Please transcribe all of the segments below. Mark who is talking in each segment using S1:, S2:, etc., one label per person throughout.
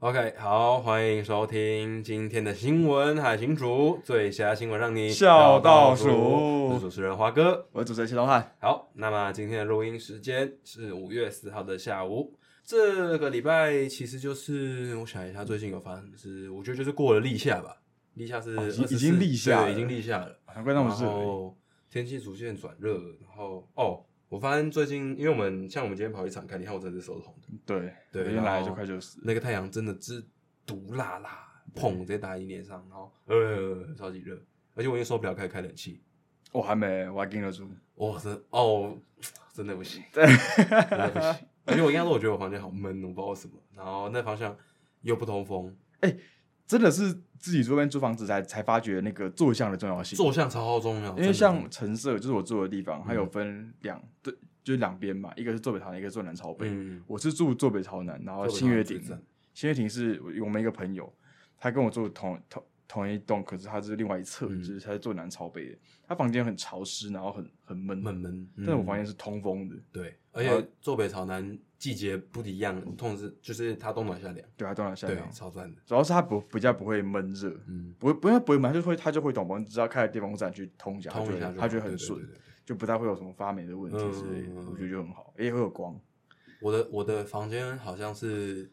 S1: OK，好，欢迎收听今天的新闻海巡署最瞎新闻，让你
S2: 笑到
S1: 数。
S2: 数
S1: 我是主持人华哥。
S2: 我是主持人祁东汉，
S1: 好，那么今天的录音时间是五月四号的下午。这个礼拜其实就是我想一下，最近有发生的事，我觉得就是过了立夏吧，立夏是、
S2: 哦已经已经立夏了
S1: 对，已经立夏了。
S2: 难怪那么
S1: 然
S2: 热。
S1: 后天气逐渐转热，然后哦，我发现最近，因为我们像我们今天跑去场看，你看我真的是手痛的，
S2: 对，
S1: 对
S2: 我一
S1: 然
S2: 来
S1: 后
S2: 就快热死了。
S1: 那个太阳真的是毒辣辣，砰直接打在你脸上，然后呃超级热，而且我已经受不了开开冷气，
S2: 我还没，我还盯得住。
S1: 哇、真的哦真的不行，真的不 行，而且我应该说，我觉得我房间好闷，我不知道为什么，然后那方向又不通风，
S2: 真的是自己住跟租房子才才发觉那个坐向的重要性。
S1: 坐向超重要，真
S2: 因
S1: 的嗯
S2: 为像橙色就是我住的地方，它有分两对，就是两边嘛，一个是坐北朝南，一个是坐南朝北。
S1: 嗯
S2: 我是住坐北朝南，然后新月
S1: 坐北
S2: 亭
S1: 朝南，
S2: 新月亭是我们一个朋友，他跟我住同同同一栋，可是他是另外一侧，
S1: 嗯
S2: 就是他是坐南朝北的。他房间很潮湿，然后很很闷，
S1: 闷闷，
S2: 但是我
S1: 嗯
S2: 房间是通风的，
S1: 对，而
S2: 然
S1: 且
S2: 后
S1: 坐北朝南季节不一样，通常是就是它冬暖夏凉，
S2: 对，它冬暖夏
S1: 对
S2: 凉，。
S1: 超赞的。
S2: 主要是它不比较不会闷热，
S1: 嗯，
S2: 不会不会不会闷，它就会它就会懂风，只要开了电风扇去通一下，它
S1: 通
S2: 就
S1: 一下
S2: 会
S1: 就
S2: 它就
S1: 好
S2: 会很顺，，
S1: 对对对对
S2: 就不太会有什么发霉的问题之类
S1: 嗯
S2: 的，
S1: 嗯嗯嗯
S2: 我觉得就很好，也会有光。
S1: 我的我的房间好像是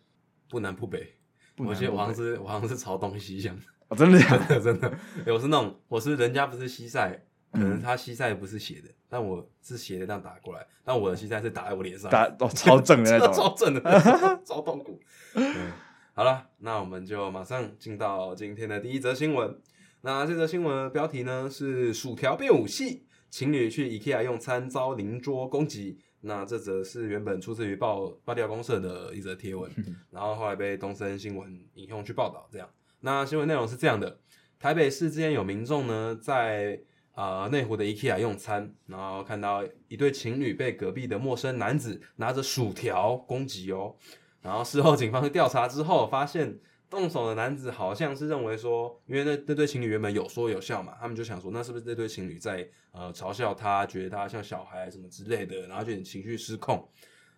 S1: 不南不北，
S2: 不南
S1: 我记得
S2: 不
S1: 我好像
S2: 北
S1: 是我好像是朝东西向，
S2: 哦，真的假
S1: 真
S2: 的？
S1: 的真的，欸我是那种我是人家不是西晒，可
S2: 嗯
S1: 能他西晒不是斜的，但我是斜的这样打过来，但我的西晒是打在我脸上，
S2: 打哦超正的
S1: 真
S2: 那
S1: 的
S2: 种，
S1: 超正的那 种，超痛苦。嗯好了，那我们就马上进到今天的第一则新闻。那这则新闻的标题呢是“薯条变武器，情侣去 IKEA 用餐遭邻桌攻击”。那这则是原本出自于爆爆料公社的一则贴 文，然后后来被东森新闻引用去报道。这样，那新闻内容是这样的：台北市之前有民众呢在啊内湖的 IKEA 用餐，然后看到一对情侣被隔壁的陌生男子拿着薯条攻击哦。然后事后警方调查之后，发现动手的男子好像是认为说，因为那那对情侣原本有说有笑嘛，他们就想说，那是不是这对情侣在呃嘲笑他，觉得他像小孩什么之类的，然后就有点情绪失控，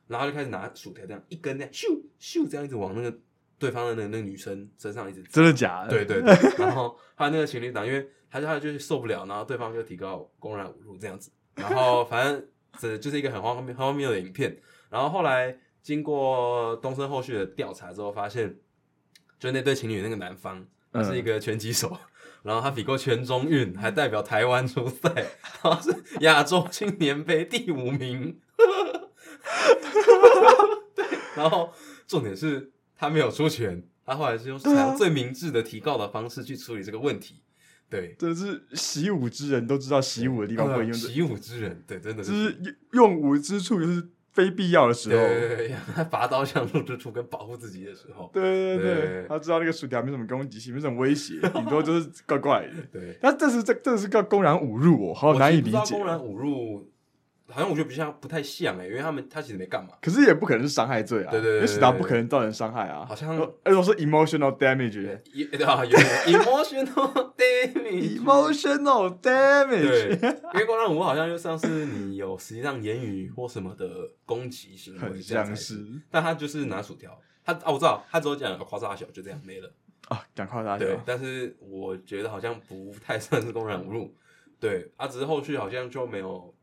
S1: 然后就开始拿薯条这样一根这样咻咻这样一直往那个对方的那个那个女生身上一直
S2: 真的假的？
S1: 对对对，然后他那个情侣档，因为他他就是受不了，然后对方就提高公然侮辱这样子，然后反正这就是一个很荒谬、很荒谬的影片。然后后来经过东森后续的调查之后，发现就那对情侣那个男方，他是一个拳击手。然后他比过全中运，还代表台湾出赛，然后是亚洲青年杯第五名。对，然后重点是他没有出拳，他后来是用
S2: 对啊
S1: 采用最明智的提告的方式去处理这个问题。对，
S2: 这是习武之人都知道习武的地方不能用这，
S1: 习武之人，对，真的
S2: 就。是用武之处就是非必要的时
S1: 对
S2: 候。
S1: 对对对，他拔刀相助之处跟保护自己的时候，
S2: 对对
S1: 对
S2: 对，他知道那个薯条没什么攻击性，没什么威胁，顶多就是怪怪的。
S1: 对，
S2: 那这是这这是个公然侮辱我，好
S1: 我
S2: 哦难以
S1: 其实不知
S2: 理
S1: 道
S2: 解
S1: 公。然侮辱，好像我觉得不像，不太像哎、因为他们他其实没干嘛，
S2: 可是也不可能是伤害罪啊，
S1: 对对对对
S2: 因为史达不可能造成伤害啊，
S1: 好像
S2: 而且我是 emotional damage。欸
S1: 也 对啊，有点 emotional damage。
S2: emotional damage，
S1: 对，因为公然侮辱好像就像是你有实际上言语或什么的攻击行为，
S2: 很
S1: 这样
S2: 像
S1: 才
S2: 是
S1: 但他就是拿薯条，他啊我知道，他只有讲夸张小就这样没了。
S2: 啊，赶快大家
S1: 对，但是我觉得好像不太算是公然侮辱。对，啊，只是后续好像就没有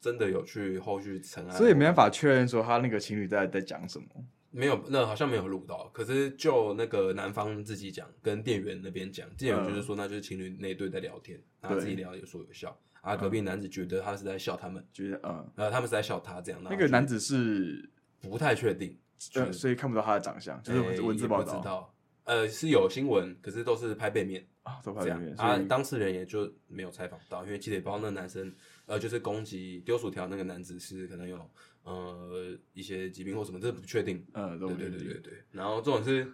S1: 真的有去后续尘埃，
S2: 所以没办法确认说他那个情侣在在讲什么。
S1: 没有，那好像没有录到。可是就那个男方自己讲，跟店员那边讲，店
S2: 嗯
S1: 员就是说那就是情侣那一对在聊天，然后自己聊有说有笑。啊，隔壁
S2: 嗯
S1: 男子觉得他是在笑他们，
S2: 觉得嗯，
S1: 呃，他们是在笑他这样。
S2: 那个男子是，
S1: 不太确定，
S2: 呃，所以看不到他的长相，就是文字
S1: 诶
S2: 文字
S1: 也
S2: 报
S1: 不知
S2: 道
S1: 道。呃，是有新闻，可是都是拍背面，
S2: 啊，都拍
S1: 这
S2: 里
S1: 样
S2: 面，所
S1: 啊
S2: 以，
S1: 当事人也就没有采访到，因为记者也不知道那个男生，呃，就是攻击丢薯条那个男子是可能有呃一些疾病或什么，这不确定。
S2: 呃，都
S1: 对
S2: 不
S1: 对对
S2: 确
S1: 对
S2: 定
S1: 对。然后这种是，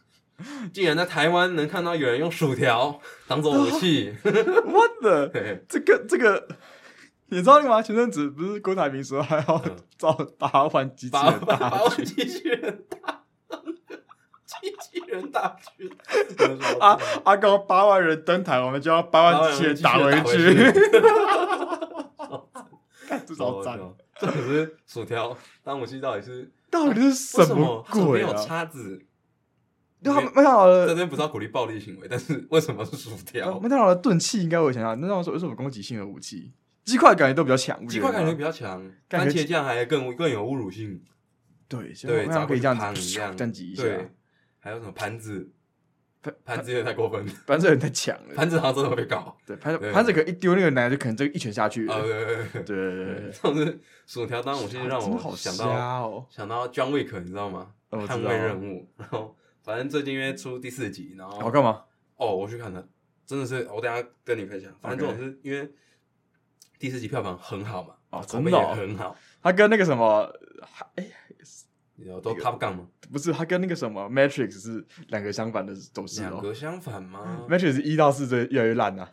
S1: 竟然在台湾能看到有人用薯条 当做武器，
S2: ，what the
S1: 对
S2: 这个这个，你知道那个吗？前阵子不是郭台铭说还要
S1: 嗯
S2: 造打完机器
S1: 把
S2: 人
S1: 把
S2: 大
S1: 把我机器人打， 机器人打去，真 的是
S2: 啊啊！搞八万人登台，我们就要八
S1: 把我
S2: 万
S1: 的
S2: 机器人
S1: 机器
S2: 打回
S1: 人
S2: 去，
S1: 去。
S2: 这招赞，
S1: 这可是薯条当武器到底是
S2: 到底是
S1: 为
S2: 什么
S1: 为什
S2: 鬼
S1: 么有
S2: 啊？
S1: 叉子？
S2: 就他们麦当劳
S1: 在这
S2: 的
S1: 边不是要鼓励暴力行为，但是为什么是薯
S2: 呃
S1: 条？
S2: 麦当劳的钝器应该我有想到，麦当劳说有什么攻击性的武器？鸡块感觉都比较强，
S1: 鸡块感觉
S2: 觉
S1: 比较强，
S2: 感
S1: 番
S2: 觉
S1: 茄酱还更更有侮辱性。
S2: 对，像
S1: 对，
S2: 麦当
S1: 炸
S2: 劳可以这
S1: 酱
S2: 样
S1: 汤
S2: 子
S1: 一样，
S2: 这样挤一下，
S1: 对，还有什么盘子？
S2: 盘
S1: 盘子有点太过分，
S2: 反正有点太强了。
S1: 盘子好像真的会被搞。
S2: 对，盘
S1: 对
S2: 盘子可一丢，那个男的就可能这个一拳下去了。
S1: 呃，对对对
S2: 对对对对
S1: 对，
S2: 对，啊
S1: 上次薯条当武器让
S2: 真的好
S1: 我想到
S2: 瞎哦。
S1: 想到 John Wick，你知道吗？
S2: 哦我知道
S1: 捍卫任务。然后反正最近因为出第四集，然
S2: 好
S1: 后
S2: 干嘛？
S1: 哦，我去看了，真的是我等一下跟你分享。反正这
S2: OK
S1: 种是因为第四集票房很好嘛，
S2: 哦
S1: 口碑
S2: 真
S1: 也
S2: 的哦
S1: 很好，
S2: 他跟那个什么，哎、
S1: 你知道都 Top Gun 吗？
S2: 不是他跟那个什么 Matrix 是两个相反的走势
S1: 两
S2: 哦。
S1: 个相反吗？
S2: Matrix 一到四这越来越烂啊，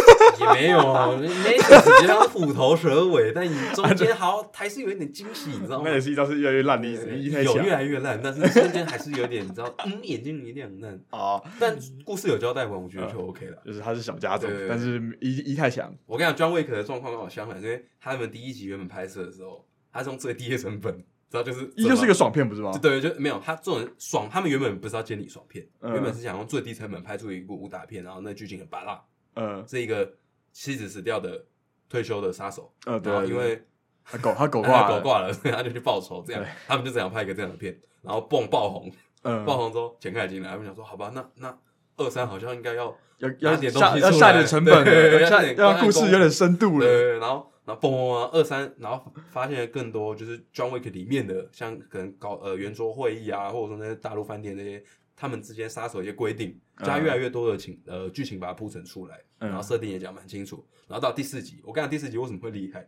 S1: 也没有啊，没直接当虎头蛇尾，但你中间好还是有一点惊喜，你知道吗？
S2: Matrix 一到四越来越烂的意思，一太
S1: 有
S2: 强
S1: 越来越烂，但是中间还是有点，你知道，嗯，眼睛一亮那样，
S2: 啊，
S1: 但故事有交代完，我觉得就 OK 了。
S2: 就是他是小家种
S1: 对对，对
S2: 但是一一太强，
S1: 我跟你讲，John Wick 的状况跟我相反，因为他们第一集原本拍摄的时候，他是用最低的成本，知道就是
S2: 一就是一个
S1: 怎
S2: 爽片不是吗
S1: 么？对，就没有他这种爽，他们原本不是要监理爽片，
S2: 嗯
S1: 原本是想用最低成本拍出一部武打片，然后那剧情很拔辣，
S2: 嗯
S1: 是一个妻子死掉的退休的杀手，
S2: 呃对
S1: 然后，
S2: 对
S1: 因为
S2: 他狗他狗
S1: 他
S2: 挂
S1: 哎狗
S2: 了，
S1: 挂了， 所以他就去报仇，这样
S2: 对
S1: 他们就只想拍一个这样的片，然后蹦爆红，
S2: 嗯，
S1: 爆红之后钱开始进来，他们想说好吧，那那二三好像应该要
S2: 要
S1: 拿
S2: 要
S1: 点东
S2: 下
S1: 西
S2: 要
S1: 出
S2: 下
S1: 来
S2: 点成本
S1: 对对
S2: 了，
S1: 对
S2: 要
S1: 要
S2: 下
S1: 点
S2: 要让
S1: 公
S2: 故事有点深度了，
S1: 对，然后然后蹦蹦啊二三，然后发现了更多就是 John Wick 里面的像可能搞呃圆桌会议啊，或者说那些大陆饭店那些他们之间杀手一些规定，加
S2: 嗯
S1: 越来越多的情呃剧情把它铺陈出来，
S2: 嗯
S1: 然后设定也讲蛮清楚，然后到第四集，我跟你讲第四集为什么会厉害，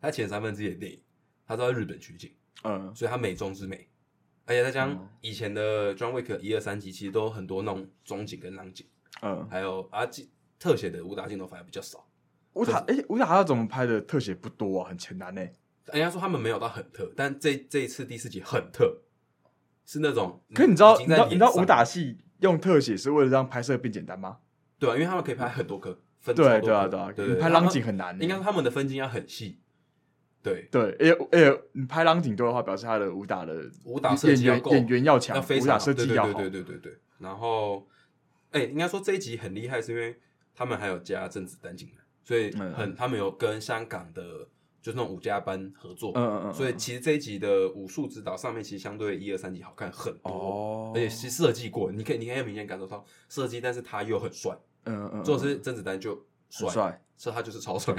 S1: 他前三分之一的电影他都在日本取景。
S2: 嗯
S1: 所以它美中之美，而且再加上
S2: 嗯
S1: 以前的 John Wick 一二三集其实都有很多那种中景跟浪景，
S2: 嗯，
S1: 还有啊技特写的武打镜头反而比较少。
S2: 武打哎武打他怎么拍的特写不多啊，很简单呢，
S1: 人家说他们没有到很特，但这这一次第四集很特，是那种
S2: 可是你知道
S1: 已经
S2: 你知
S1: 在
S2: 道你知道
S1: 脸上
S2: 武打戏用特写是为了让拍摄变简单吗？
S1: 对啊，因为他们可以拍很多颗分
S2: 对
S1: 超多
S2: 对啊
S1: 颗
S2: 对啊，
S1: 对
S2: 你
S1: 对
S2: 拍
S1: 他们
S2: 浪景很难呢，
S1: 应该说他们的分镜要很细，对
S2: 对，而且而且你拍浪景多的话，表示他的武打的
S1: 武打设
S2: 演
S1: 计要
S2: 员
S1: 够
S2: 演员要强，
S1: 要非
S2: 武
S1: 常
S2: 打
S1: 好
S2: 设计要
S1: 对
S2: 好
S1: 对对。对对对对。然后，哎、应该说这一集很厉害，是因为他们还有加甄子丹进来，所以
S2: 嗯
S1: 很、他们有跟香港的，就是那种武家班合作。
S2: 嗯嗯嗯嗯
S1: 所以其实这一集的武术指导上面其实相对一二三集好看很多，
S2: 哦
S1: 而且是设计过，你可以你可以明显感受到设计，但是他又很帅，
S2: 嗯嗯，
S1: 做是甄子丹就帅，
S2: 很帅
S1: 所以他就是超帅。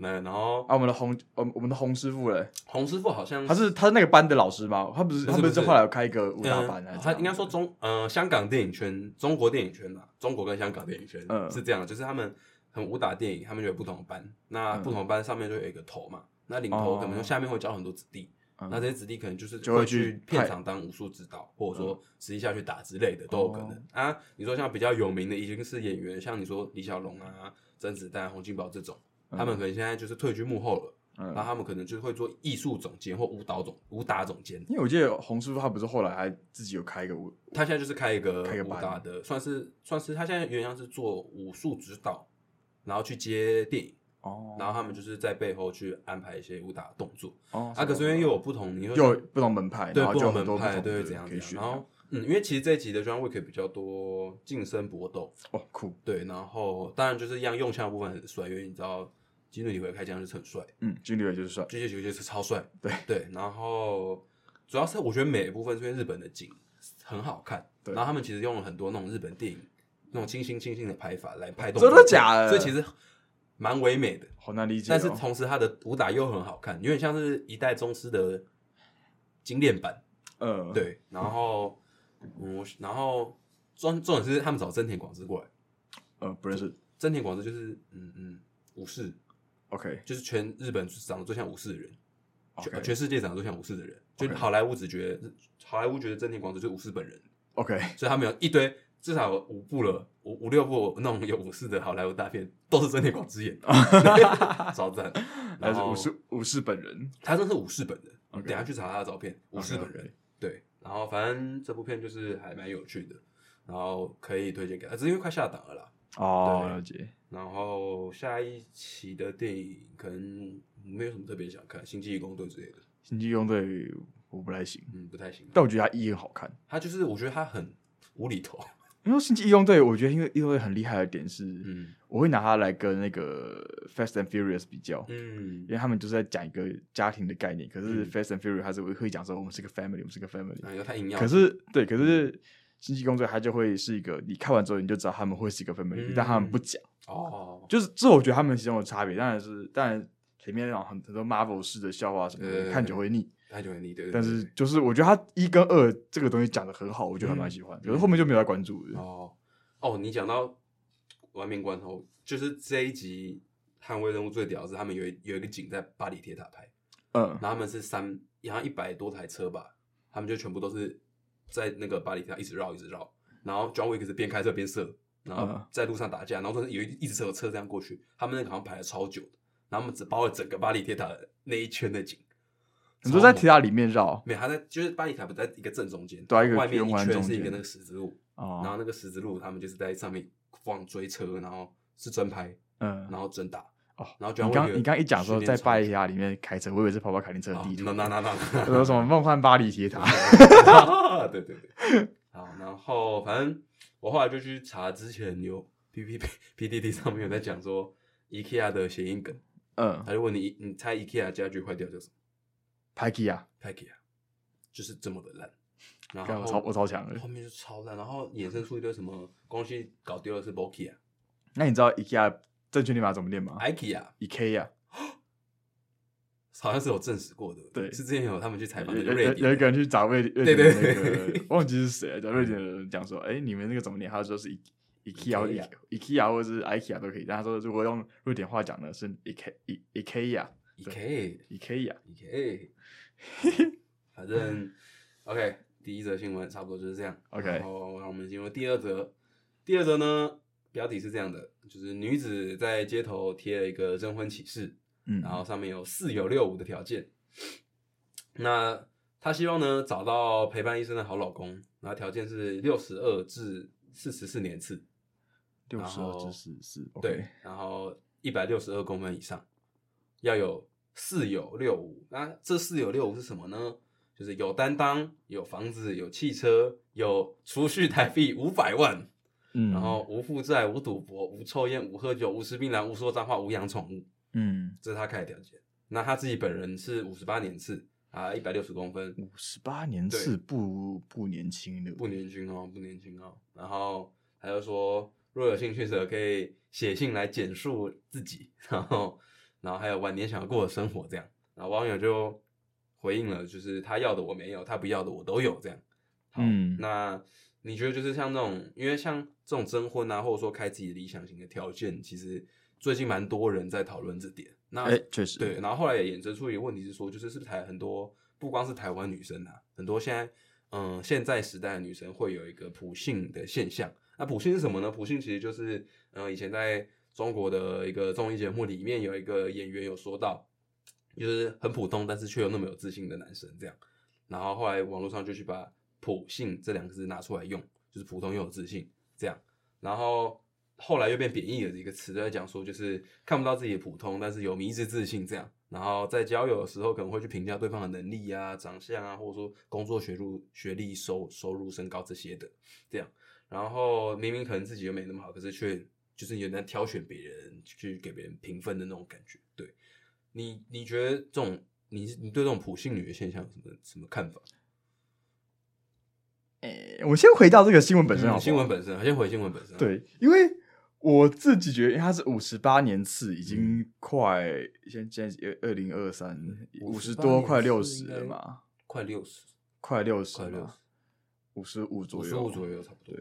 S1: 那然后
S2: 啊！我们的洪，我们我们的洪师傅嘞，
S1: 洪师傅好像
S2: 他是他是那个班的老师吗？他不
S1: 不
S2: 是
S1: 是
S2: 他不
S1: 不是
S2: 是后来有开一个武打
S1: 嗯
S2: 班还啊是怎
S1: 他
S2: 样？
S1: 应该说中呃香港电影圈、中国电影圈吧，中国跟香港电影圈、
S2: 嗯
S1: 是这样的，就是他们很武打电影，他们有不同的班，那
S2: 嗯
S1: 不同的班上面就有一个头嘛，那领头
S2: 哦
S1: 可能下面会教很多子弟，
S2: 嗯
S1: 那这些子弟可能就是
S2: 就会
S1: 去
S2: 去
S1: 片
S2: 派嗯
S1: 场当武术指导，或者说实际下去打之类的都有可能、
S2: 哦
S1: 啊。你说像比较有名的已经是演员，像你说李小龙啊、甄子丹、洪金宝这种，他们可能现在就是退居幕后了，
S2: 嗯
S1: 然后他们可能就会做艺术总监或舞蹈总武打总监。
S2: 因为我记得洪师傅他不是后来还自己有开一个武，
S1: 他现在就是开一个
S2: 开个
S1: 武
S2: 班
S1: 打的，算是算是他现在原像是做武术指导，然后去接电影，
S2: 哦
S1: 然后他们就是在背后去安排一些武打动作。
S2: 哦，
S1: 啊，可是因为又有不同，你说
S2: 又有不同门派，
S1: 对
S2: 然后
S1: 不
S2: 就有
S1: 同
S2: 很多
S1: 门
S2: 不
S1: 派
S2: 同
S1: 对
S2: 的
S1: 怎样
S2: 可
S1: 怎
S2: 以
S1: 样，
S2: 选，
S1: 然后嗯，因为其实这一集的 John Wick 比较多近身搏斗，
S2: 哇哦酷，
S1: 对，然后当然就是一样用枪的部分很帅，因为你知道基努里维开枪就是很帅，
S2: 嗯，军旅也就是帅，
S1: 这些球就是超帅，
S2: 对
S1: 对，然后主要是我觉得美的部分是因为日本的景很好看，
S2: 对
S1: 然后他们其实用了很多那种日本电影那种清新清新的拍法来拍动
S2: 真的
S1: 作片
S2: 假的
S1: 所以其实蛮唯美的，
S2: 好难理解哦。
S1: 但是同时它的武打又很好看，有点像是一代宗师的精炼版，
S2: 嗯，
S1: 对，然后嗯，然后重重点是他们找真田广之过来，
S2: 呃不认识
S1: 真田广之就是嗯嗯武士，
S2: ，OK
S1: 就是全日本长得最像武士的人。全
S2: OK
S1: 全世界长得都像武士的人，就
S2: OK
S1: 好莱坞只觉得好莱坞觉得真田广之就是武士本人，
S2: OK，
S1: 所以他们有一堆至少有五部了，五五六部那种有武士的好莱坞大片都是真田广之演 的，超赞。
S2: 还
S1: 然
S2: 是
S1: 后
S2: 武士武士本人
S1: 他真是武士本人，你
S2: OK
S1: 等一下去查他的照片，武士本人。
S2: OK，OK
S1: 对，然后反正这部片就是还蛮有趣的，然后可以推荐给他，呃只是因为快下档了啦。
S2: 哦，
S1: 对
S2: 了解，
S1: 然后下一期的电影可能没有什么特别想看，《星际异攻队》之类的。
S2: 星际用队我不太行。
S1: 嗯，不太行。
S2: 但我觉得他一很好看。
S1: 他就是我觉得他很无厘头，
S2: 因为星际义工队，我觉得因为义工队很厉害的点是，
S1: 嗯
S2: 我会拿它来跟那个 Fast and Furious 比较，
S1: 嗯
S2: 因，为他们就是在讲一个家庭的概念，可是
S1: 嗯
S2: Fast and Furious 还是会讲说我们是个 family，我们是个 family。
S1: 哎呦，太硬要。
S2: 可是对，可是星际工队它就会是一个，你看完之后你就知道他们会是一个 family，、
S1: 嗯
S2: 但他们不讲，
S1: 哦，
S2: 就是这我觉得他们其中的差别，当然是当然前面那种很很多 Marvel 式的笑话什么
S1: 对
S2: 的，
S1: 对
S2: 看久会腻，
S1: 那就很腻，对对。
S2: 但
S1: 对
S2: 是就是我觉得他一跟二这个东西讲的很好，我就还蛮喜欢，可是后面就没有来关注了。
S1: 嗯哦哦，你讲到玩命关头，就是这一集捍卫任务最屌的是他们有一有一个景在巴黎铁塔拍，
S2: 嗯，
S1: 然后他们是三好像一百多台车吧，他们就全部都是在那个巴黎铁塔一直绕一直绕，然后 John Wick 是边开车边射，然后
S2: 嗯
S1: 在路上打架，然后说有一一直有车这样过去，他们那个好像排了超久的，然后他们只包了整个巴黎铁塔的那一圈的景。
S2: 你说在铁塔里面绕
S1: 没有，他在就是巴黎铁塔不在一个正中间，
S2: 对啊一个
S1: 外面
S2: 圆
S1: 一
S2: 环
S1: 圈
S2: 中
S1: 是一个
S2: 间
S1: 那个十字路，然后
S2: 哦，
S1: 那个十字路，他们就是在上面放追车，然后是真拍，
S2: 嗯，
S1: 然后真打。
S2: 哦，
S1: 然后就要
S2: 你
S1: 为
S2: 刚
S1: 了
S2: 你刚一讲
S1: 训
S2: 说
S1: 练
S2: 在
S1: 场
S2: 巴
S1: 景
S2: 黎铁塔里面开车，我以为是跑跑卡丁车的
S1: 啊
S2: 地图
S1: 那，那那那
S2: 我说什么梦幻巴黎铁塔，呃
S1: 那，对对对。好，然后反正我后来就去查之前有 P P P P D D 上面有在讲说 IKEA 的谐音梗，
S2: 嗯
S1: 他就问你你猜 IKEA 家具坏掉叫什么
S2: p a k i 啊，
S1: ？IKEA 就是这么的烂。
S2: 干
S1: 然
S2: 我
S1: 后
S2: 超我超强的
S1: 后。面就超烂，然后衍生出一堆什么东西搞丢了是 Bokia、
S2: 那你知道 IKEA 正确念法怎么念吗
S1: IKEA。
S2: ？IKEA
S1: 好像是有证实过的，
S2: 对
S1: 是之前有他们去采
S2: 有
S1: 访那
S2: 有
S1: 个
S2: 有
S1: 瑞
S2: 有一
S1: 典
S2: 个
S1: 的，
S2: 人去找瑞瑞
S1: 对
S2: 典
S1: 对
S2: 的那
S1: 对
S2: 个，忘记是谁，找瑞典的人讲说，哎，你们那个怎么念？他说是 I- IKEA 或
S1: IKEA
S2: IKEA 或者是 IKEA 都可以。但他说如果用瑞典话讲呢，是 IK I- IKEA
S1: E K
S2: IKEA。
S1: E K，反 正 OK，第一则新闻差不多就是这样。
S2: OK
S1: 然后让我们进入第二则。第二则呢，标题是这样的，就是女子在街头贴了一个征婚启事，
S2: 嗯，
S1: 然后上面有四有六五的条件。那她希望呢找到陪伴一生的好老公，然后条件是六十二至四十四年次，
S2: 六十
S1: 然
S2: 二
S1: 后
S2: 至四四，
S1: 对，然后一百六十二公分以上，要有四有六五。那这四有六五是什么呢？就是有担当，有房子，有汽车，有储蓄台币五百万，
S2: 嗯，
S1: 然后无负债、无赌博、无抽烟、无喝酒、无吃槟榔、无说脏话、无养宠物，
S2: 嗯，
S1: 这是他开的条件。那他自己本人是五十八年次啊，一百六十公分，
S2: 五十八年
S1: 对
S2: 是不不年轻的，
S1: 不年轻哦，不年轻哦。然后他就说，若有兴趣者可以写信来简述自己，然后，然后还有晚年想要过的生活这样。然后网友就回应了，就是他要的我没有，他不要的我都有这样。好，
S2: 嗯
S1: 那你觉得就是像这种，因为像这种征婚啊，或者说开自己理想型的条件，其实最近蛮多人在讨论这点。那、
S2: 哎，确实，
S1: 对，，然后后来也衍生出一个问题是说，就是是不是台很多不光是台湾女生啊，很多现在嗯、呃现在时代的女生会有一个普信的现象。那普信是什么呢？普信其实就是嗯、呃以前在中国的一个综艺节目里面有一个演员有说到，就是很普通但是却又那么有自信的男生这样。然后后来网络上就去把“普信”这两个字拿出来用，就是普通又有自信这样。然后后来又变贬义的一个词，在讲说就是看不到自己的普通，但是有迷之自信这样。然后在交友的时候，可能会去评价对方的能力啊、长相啊，或者说工作、学入学历、收收入、身高这些的这样。然后明明可能自己又没那么好，可是却就是有点在挑选别人去给别人评分的那种感觉。对你，你觉得这种你你对这种普信女的现象有什么什么看法？
S2: 哎，我先回到这个新闻本身好不好，
S1: 嗯新闻本身，先回新闻本身。，啊
S2: 对，因为我自己觉得，因为他是五十八年次，已
S1: 嗯
S2: 经快现现在二零二三五十
S1: 58
S2: 多，快
S1: 年
S2: 六
S1: 次
S2: 十了
S1: 应该
S2: 嘛，
S1: 快六十，
S2: 快六十
S1: 快
S2: 嘛，五十五
S1: 五
S2: 左
S1: 十
S2: 右，
S1: 五左。右差不多。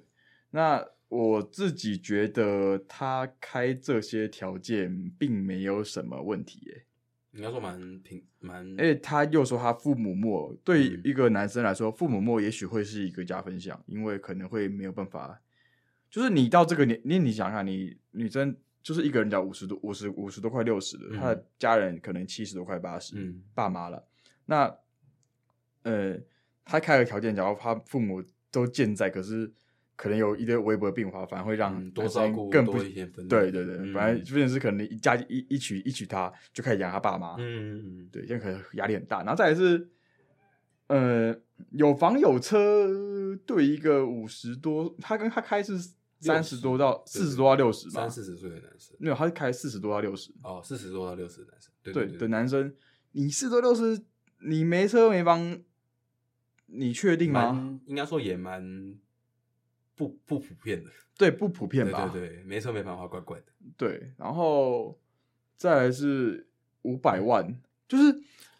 S2: 那我自己觉得他开这些条件并没有什么问题耶、
S1: 你要说蛮平蛮，
S2: 而且他又说他父母末，对于
S1: 嗯
S2: 一个男生来说，父母末也许会是一个加分项，因为可能会没有办法，就是你到这个年，你你想想看，你女生就是一个人讲五十多、五十五十多快六十的，
S1: 嗯
S2: 他的家人可能七十多快八十，
S1: 嗯
S2: 爸妈了，那呃，他开了条件，假如他父母都健在，可是可能有一堆微薄病发，反而会让
S1: 嗯多
S2: 男生
S1: 照顾
S2: 更不
S1: 多一些分
S2: 对
S1: 量
S2: 对对，
S1: 嗯
S2: 反正甚至是可能一家一一娶一娶她就开始养她爸妈，
S1: 嗯嗯嗯嗯，
S2: 对，这样可能压力很大。然后再来是，呃，有房有车，对一个五十多，他跟他开是三十多到
S1: 对对
S2: 四十多到六十吧
S1: 三，四十岁的男生，
S2: 没有，他是开四十多到六十，
S1: 哦，四十多到六十的男生，对
S2: 对
S1: 对
S2: 的男生，你四十多六十，你没车没房，你确定吗？
S1: 蛮应该说也蛮不不普遍的，
S2: 对，不普遍
S1: 对
S2: 吧？
S1: 对对，没车没房花怪怪的，
S2: 对，然后再来是五百万，就是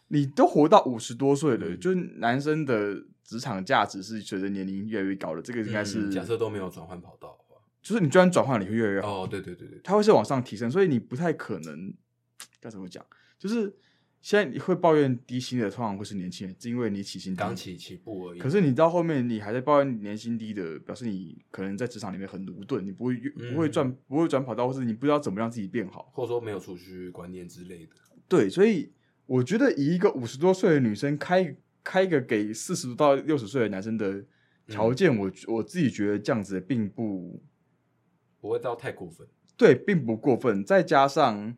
S2: 你都活到五十多岁了，
S1: 嗯
S2: 就是男生的职场价值是随着年龄越来越高的，这个应该是、啊
S1: 嗯假设都没有转换跑道的话，
S2: 就是你居然转换，你会越来越好，
S1: 哦，对对对对，
S2: 它会是往上提升，所以你不太可能该怎么讲，就是现在你会抱怨低薪的，通常会是年轻人，是因为你起薪低
S1: 刚。起起步而已，
S2: 可是你到后面，你还在抱怨年薪低的，表示你可能在职场里面很驽钝，你不会
S1: 嗯
S2: 不会转不会转跑道，或是你不知道怎么让自己变好。
S1: 或者说没有储蓄观念之类的，
S2: 对，所以我觉得以一个五十多岁的女生开开一个给四十到六十岁的男生的条件，我我自己觉得这样子并不
S1: 不会到太过分，
S2: 对，并不过分。再加上，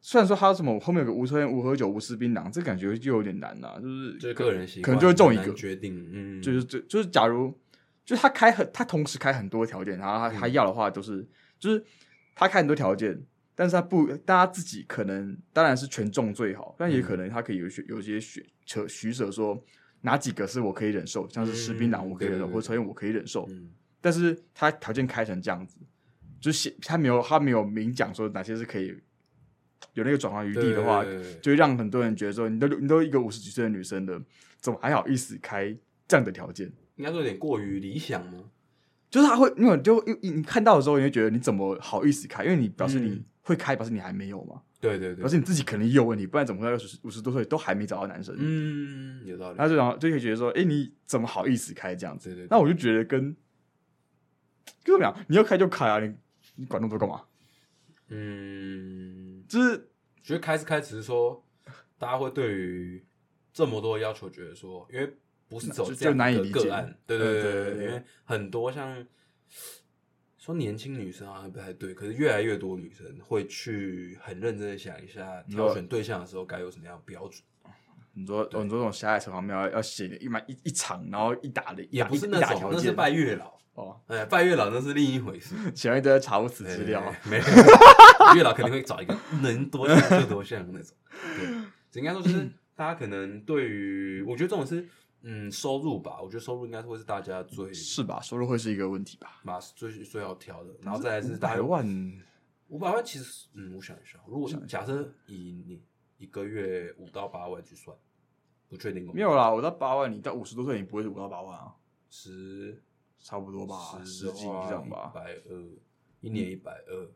S2: 虽然说他什么后面有个无抽烟、无喝酒、无吃槟榔，这感觉就有点难啦、就是
S1: 就是个人习惯，
S2: 可能就会中一
S1: 很
S2: 个
S1: 难，决定，嗯，
S2: 就是这就是假如就是他开很他同时开很多条件，然后他他
S1: 嗯
S2: 要的话都、是就是他开很多条件，但是他不，但他自己可能当然是全中最好，但也
S1: 嗯
S2: 可能他可以有些有些选扯取舍说。哪几个是我可以忍受，像是吃槟榔
S1: 嗯
S2: 我可以忍受，
S1: 对对对
S2: 或抽烟我可以忍受，
S1: 嗯
S2: 但是他条件开成这样子，就是写他没有他没有明讲说哪些是可以有那个转换余地的话，
S1: 对对对对
S2: 就会让很多人觉得说，你都你都一个五十几岁的女生了，怎么还好意思开这样的条件？
S1: 应该说有点过于理想吗？
S2: 就是他会，因为就你你看到的时候，你会觉得你怎么好意思开？因为你表示你
S1: 嗯
S2: 会开，表示你还没有嘛，
S1: 对对
S2: 表
S1: 对，
S2: 示你自己肯定也有问题，不然怎么会到十五十多岁都还没找到男生？
S1: 嗯，有道理，
S2: 他就然后就会觉得说，哎、你怎么好意思开这样子？
S1: 对对，对
S2: 那我就觉得跟跟我讲，你要开就开啊，你你管那么多干嘛？
S1: 嗯，
S2: 就是
S1: 觉得开始开始是说，大家会对于这么多的要求，觉得说，因为不是走
S2: 就
S1: 这
S2: 就难以
S1: 样
S2: 理
S1: 一
S2: 解
S1: 个个案，对
S2: 对
S1: 对
S2: 对
S1: 对对
S2: 对对
S1: 对，因为很多像说年轻女生好像不太对，可是越来越多女生会去很认真的想一下，
S2: 你说
S1: 挑选对象的时候该有什么样的标准，
S2: 你说哦你说这种狭隘城隍庙要要写一满一一场，然后一打的，
S1: 也不是那
S2: 一打
S1: 种
S2: 条，
S1: 那
S2: 件
S1: 是拜月老，
S2: 哦，
S1: 哎，拜月老那是另一回事，
S2: 写完一堆查无此
S1: 对
S2: 资料，，
S1: 对对没有，月老肯定会找一个能多像就多像的那种。 对，应该说就是大家可能对于，我觉得这种是嗯收入吧，我觉得收入应该会是大家最
S2: 是吧？收入会是一个问题吧？
S1: 嘛最最要挑的，然后再来是大
S2: 百
S1: 家
S2: 万，
S1: 五百万，其实嗯我想一下，如果假设以你一个月五到八万去算，不确定工作哦
S2: 没有啦，我到八万，你到五十多岁，你不会是五到八万啊，
S1: 十
S2: 差不多吧，
S1: 十
S2: 十几这样吧
S1: 一。百二一年一百二，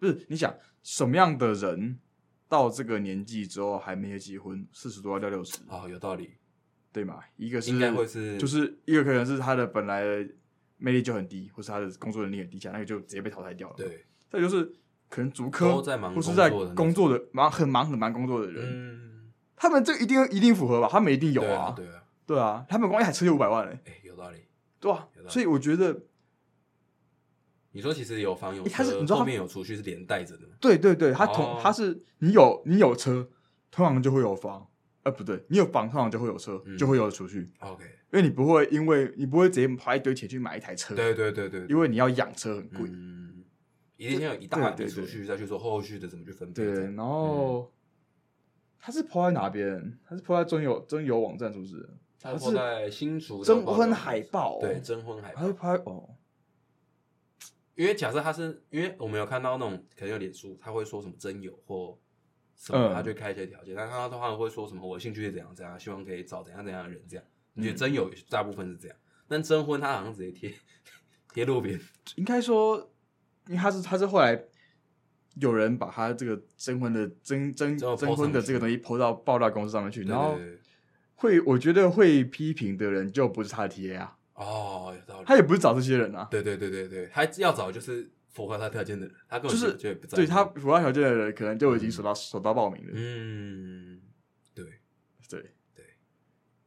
S2: 不是，你想什么样的人到这个年纪之后还没有结婚，四十多到六十，
S1: 好有道理，
S2: 对吗？一个是
S1: 应该会是
S2: 就是一个可能是他的本来的魅力就很低，或是他的工作能力很低下，那个就直接被淘汰掉了。。
S1: 对，
S2: 再就是可能足科
S1: 都在忙
S2: 或是
S1: 工
S2: 在
S1: 作的那
S2: 工作的忙很忙很忙工作的人，
S1: 嗯，
S2: 他们这一定一定符合吧？他们一定有
S1: 对
S2: 啊，
S1: 对啊，
S2: 对啊，他们光一台车就五百万嘞，
S1: 哎，有道理。
S2: 对啊
S1: 有，道理
S2: 所以我觉得
S1: 你说其实有房有
S2: 诶他是
S1: 车，
S2: 你知道他
S1: 后面有储蓄是连带着的吗？
S2: 对对对，他同、
S1: 哦
S2: 他是你有你有车，通常就会有房，呃不对，你有房通常就会有车，
S1: 嗯
S2: 就会有储蓄，因
S1: OK，
S2: 为你不会因为你不会直接花一堆钱去买一台车，
S1: 对对对对，
S2: 因为你要养车很贵，
S1: 嗯，一定先有一大
S2: 对
S1: 笔
S2: 对对
S1: 储蓄，再去做后续的怎么去分配。
S2: 对，然后。
S1: 嗯
S2: 他是抛在哪边？他是抛在征友征友网站是不是？
S1: 他是在新竹的
S2: 征
S1: 话
S2: 婚海报、哦，
S1: 对，征婚海
S2: 他会
S1: 报。
S2: 拍哦，
S1: 因为假设他是，因为我们有看到那种可能有脸书，他会说什么真友或什么，
S2: 嗯
S1: 他就开一些条件，但他通常会说什么我兴趣是怎样怎样，希望可以找怎样怎样的人这样。你觉
S2: 嗯
S1: 得真友大部分是这样，但征婚他好像直接贴贴路边，
S2: 应该说，因为他是他是后来有人把他这个征婚的征征
S1: 之后 po
S2: 征婚的这个东西抛到爆料公司上面去，
S1: 对
S2: 然后
S1: 对对对
S2: 会我觉得会批评的人就不是他的 TA 啊，
S1: 哦，有道理。
S2: 他也不是找这些人啊，
S1: 对对对对对，他要找就是符合他条件的人，他根
S2: 就
S1: 本
S2: 是
S1: 就也不在乎
S2: 对他，符合条件的人可能就已经手到手到报名了，
S1: 嗯，对，
S2: 对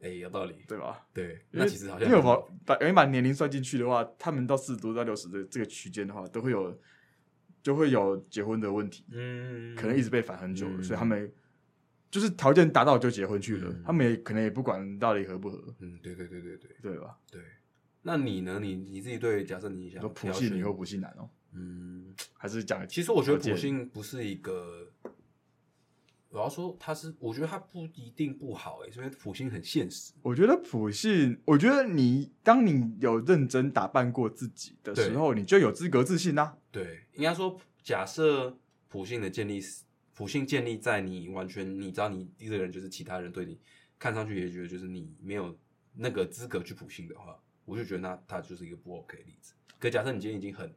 S1: 哎，有道理，
S2: 对吧？
S1: 对，
S2: 因为
S1: 那其实好像
S2: 因为我把把因为把年龄算进去的话，他们到四十多到六十的这个区间的话，都会有就会有结婚的问题，
S1: 嗯，
S2: 可能一直被烦很久了，
S1: 嗯
S2: 所以他们就是条件达到就结婚去了，
S1: 嗯
S2: 他们也可能也不管到底合不合，
S1: 嗯，对对对对对
S2: 对吧？
S1: 对。那你呢？你你自己对，假设你
S2: 你
S1: 想
S2: 说普
S1: 挑
S2: 信
S1: 选
S2: 女或普信男哦，
S1: 嗯，
S2: 还是讲
S1: 其实我觉得
S2: 条件
S1: 普信不是一个，我要说他是，我觉得他不一定不好、欸，因为普信很现实。
S2: 我觉得普信，我觉得你当你有认真打扮过自己的时候，你就有资格自信啦、啊
S1: 对，应该说，假设普信的建立是，普信建立在你完全你知道你这个人就是其他人对你看上去也觉得就是你没有那个资格去普信的话，我就觉得那他就是一个不 OK 的例子。可假设你今天已经很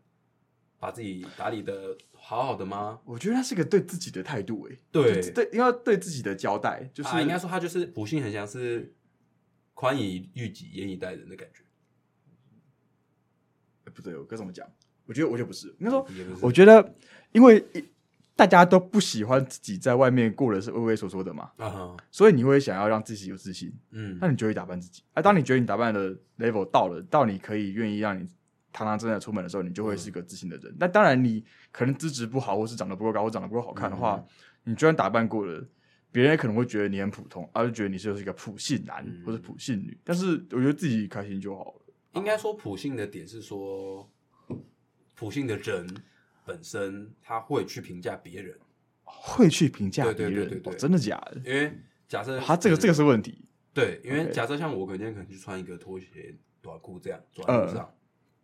S1: 把自己打理的好好的吗？
S2: 我觉得那是个对自己的态度、欸，
S1: 对
S2: 就对，要对自己的交代，就是、欸
S1: 啊、应该说他就是普信很像是宽以律己，严以待人的感觉。
S2: 呃不对，我该怎么讲？我觉得我就不是，应该说，
S1: 也不是
S2: 我觉得因为大家都不喜欢自己在外面过的是畏畏缩缩的嘛，
S1: 啊哈，
S2: 所以你会想要让自己有自信，
S1: 嗯
S2: 那你就会打扮自己。啊，当你觉得你打扮的 level 到了，到你可以愿意让你堂堂正正地出门的时候，你就会是个自信的
S1: 嗯
S2: 人。那、当然，你可能资质不好，或是长得不够高，或长得不够好看
S1: 嗯
S2: 的话，你就算打扮过了，别人也可能会觉得你很普通，啊，就觉得你就是一个普信男、
S1: 嗯
S2: 或者普信女。但是我觉得自己开心就好了。
S1: 应该说普信的点是说，普信的人本身他会去评价别人，
S2: 会去评价
S1: 对
S2: 别
S1: 对
S2: 人
S1: 对对对
S2: 哦，真的假的？
S1: 因为假设
S2: 他、这个这个是问题。
S1: 对，因为
S2: OK
S1: 假设像我，可能今天可能就穿一个拖鞋、短裤这样走在路上，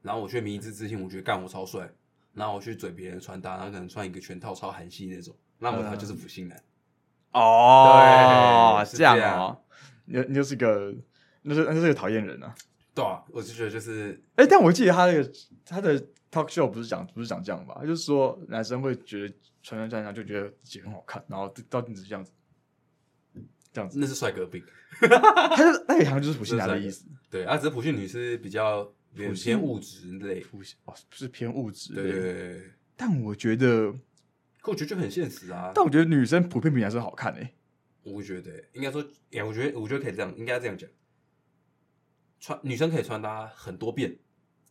S1: 然后我却迷之自信，我觉得干我超帅，然后我去嘴别人的穿搭，然后可能穿一个全套超韩系那种，那么他就是普信男。
S2: 哦
S1: 对，是
S2: 这样
S1: 这样
S2: 哦，你你就是个，那是那就是个讨厌人啊。
S1: 对啊，我就觉得就是
S2: 哎、但我记得他那个他的 talk show 不是讲不是讲这样吧？他就是说男生会觉得穿穿穿穿就觉得自己很好看，然后照镜子这样子，这样子，
S1: 那是帅哥病，
S2: 他就那个好像就是普信男的意思，
S1: 对，啊，只是普信女是比较有点
S2: 普信
S1: 偏物质类，
S2: 普信哦是偏物质类
S1: 对对对对对，
S2: 但我觉得，
S1: 可我觉得就很现实啊。
S2: 但我觉得女生普遍比男生好看欸诶、
S1: 我觉得应该说，哎、我觉得我觉得可以这样，应该这样讲，穿女生可以穿搭很多遍，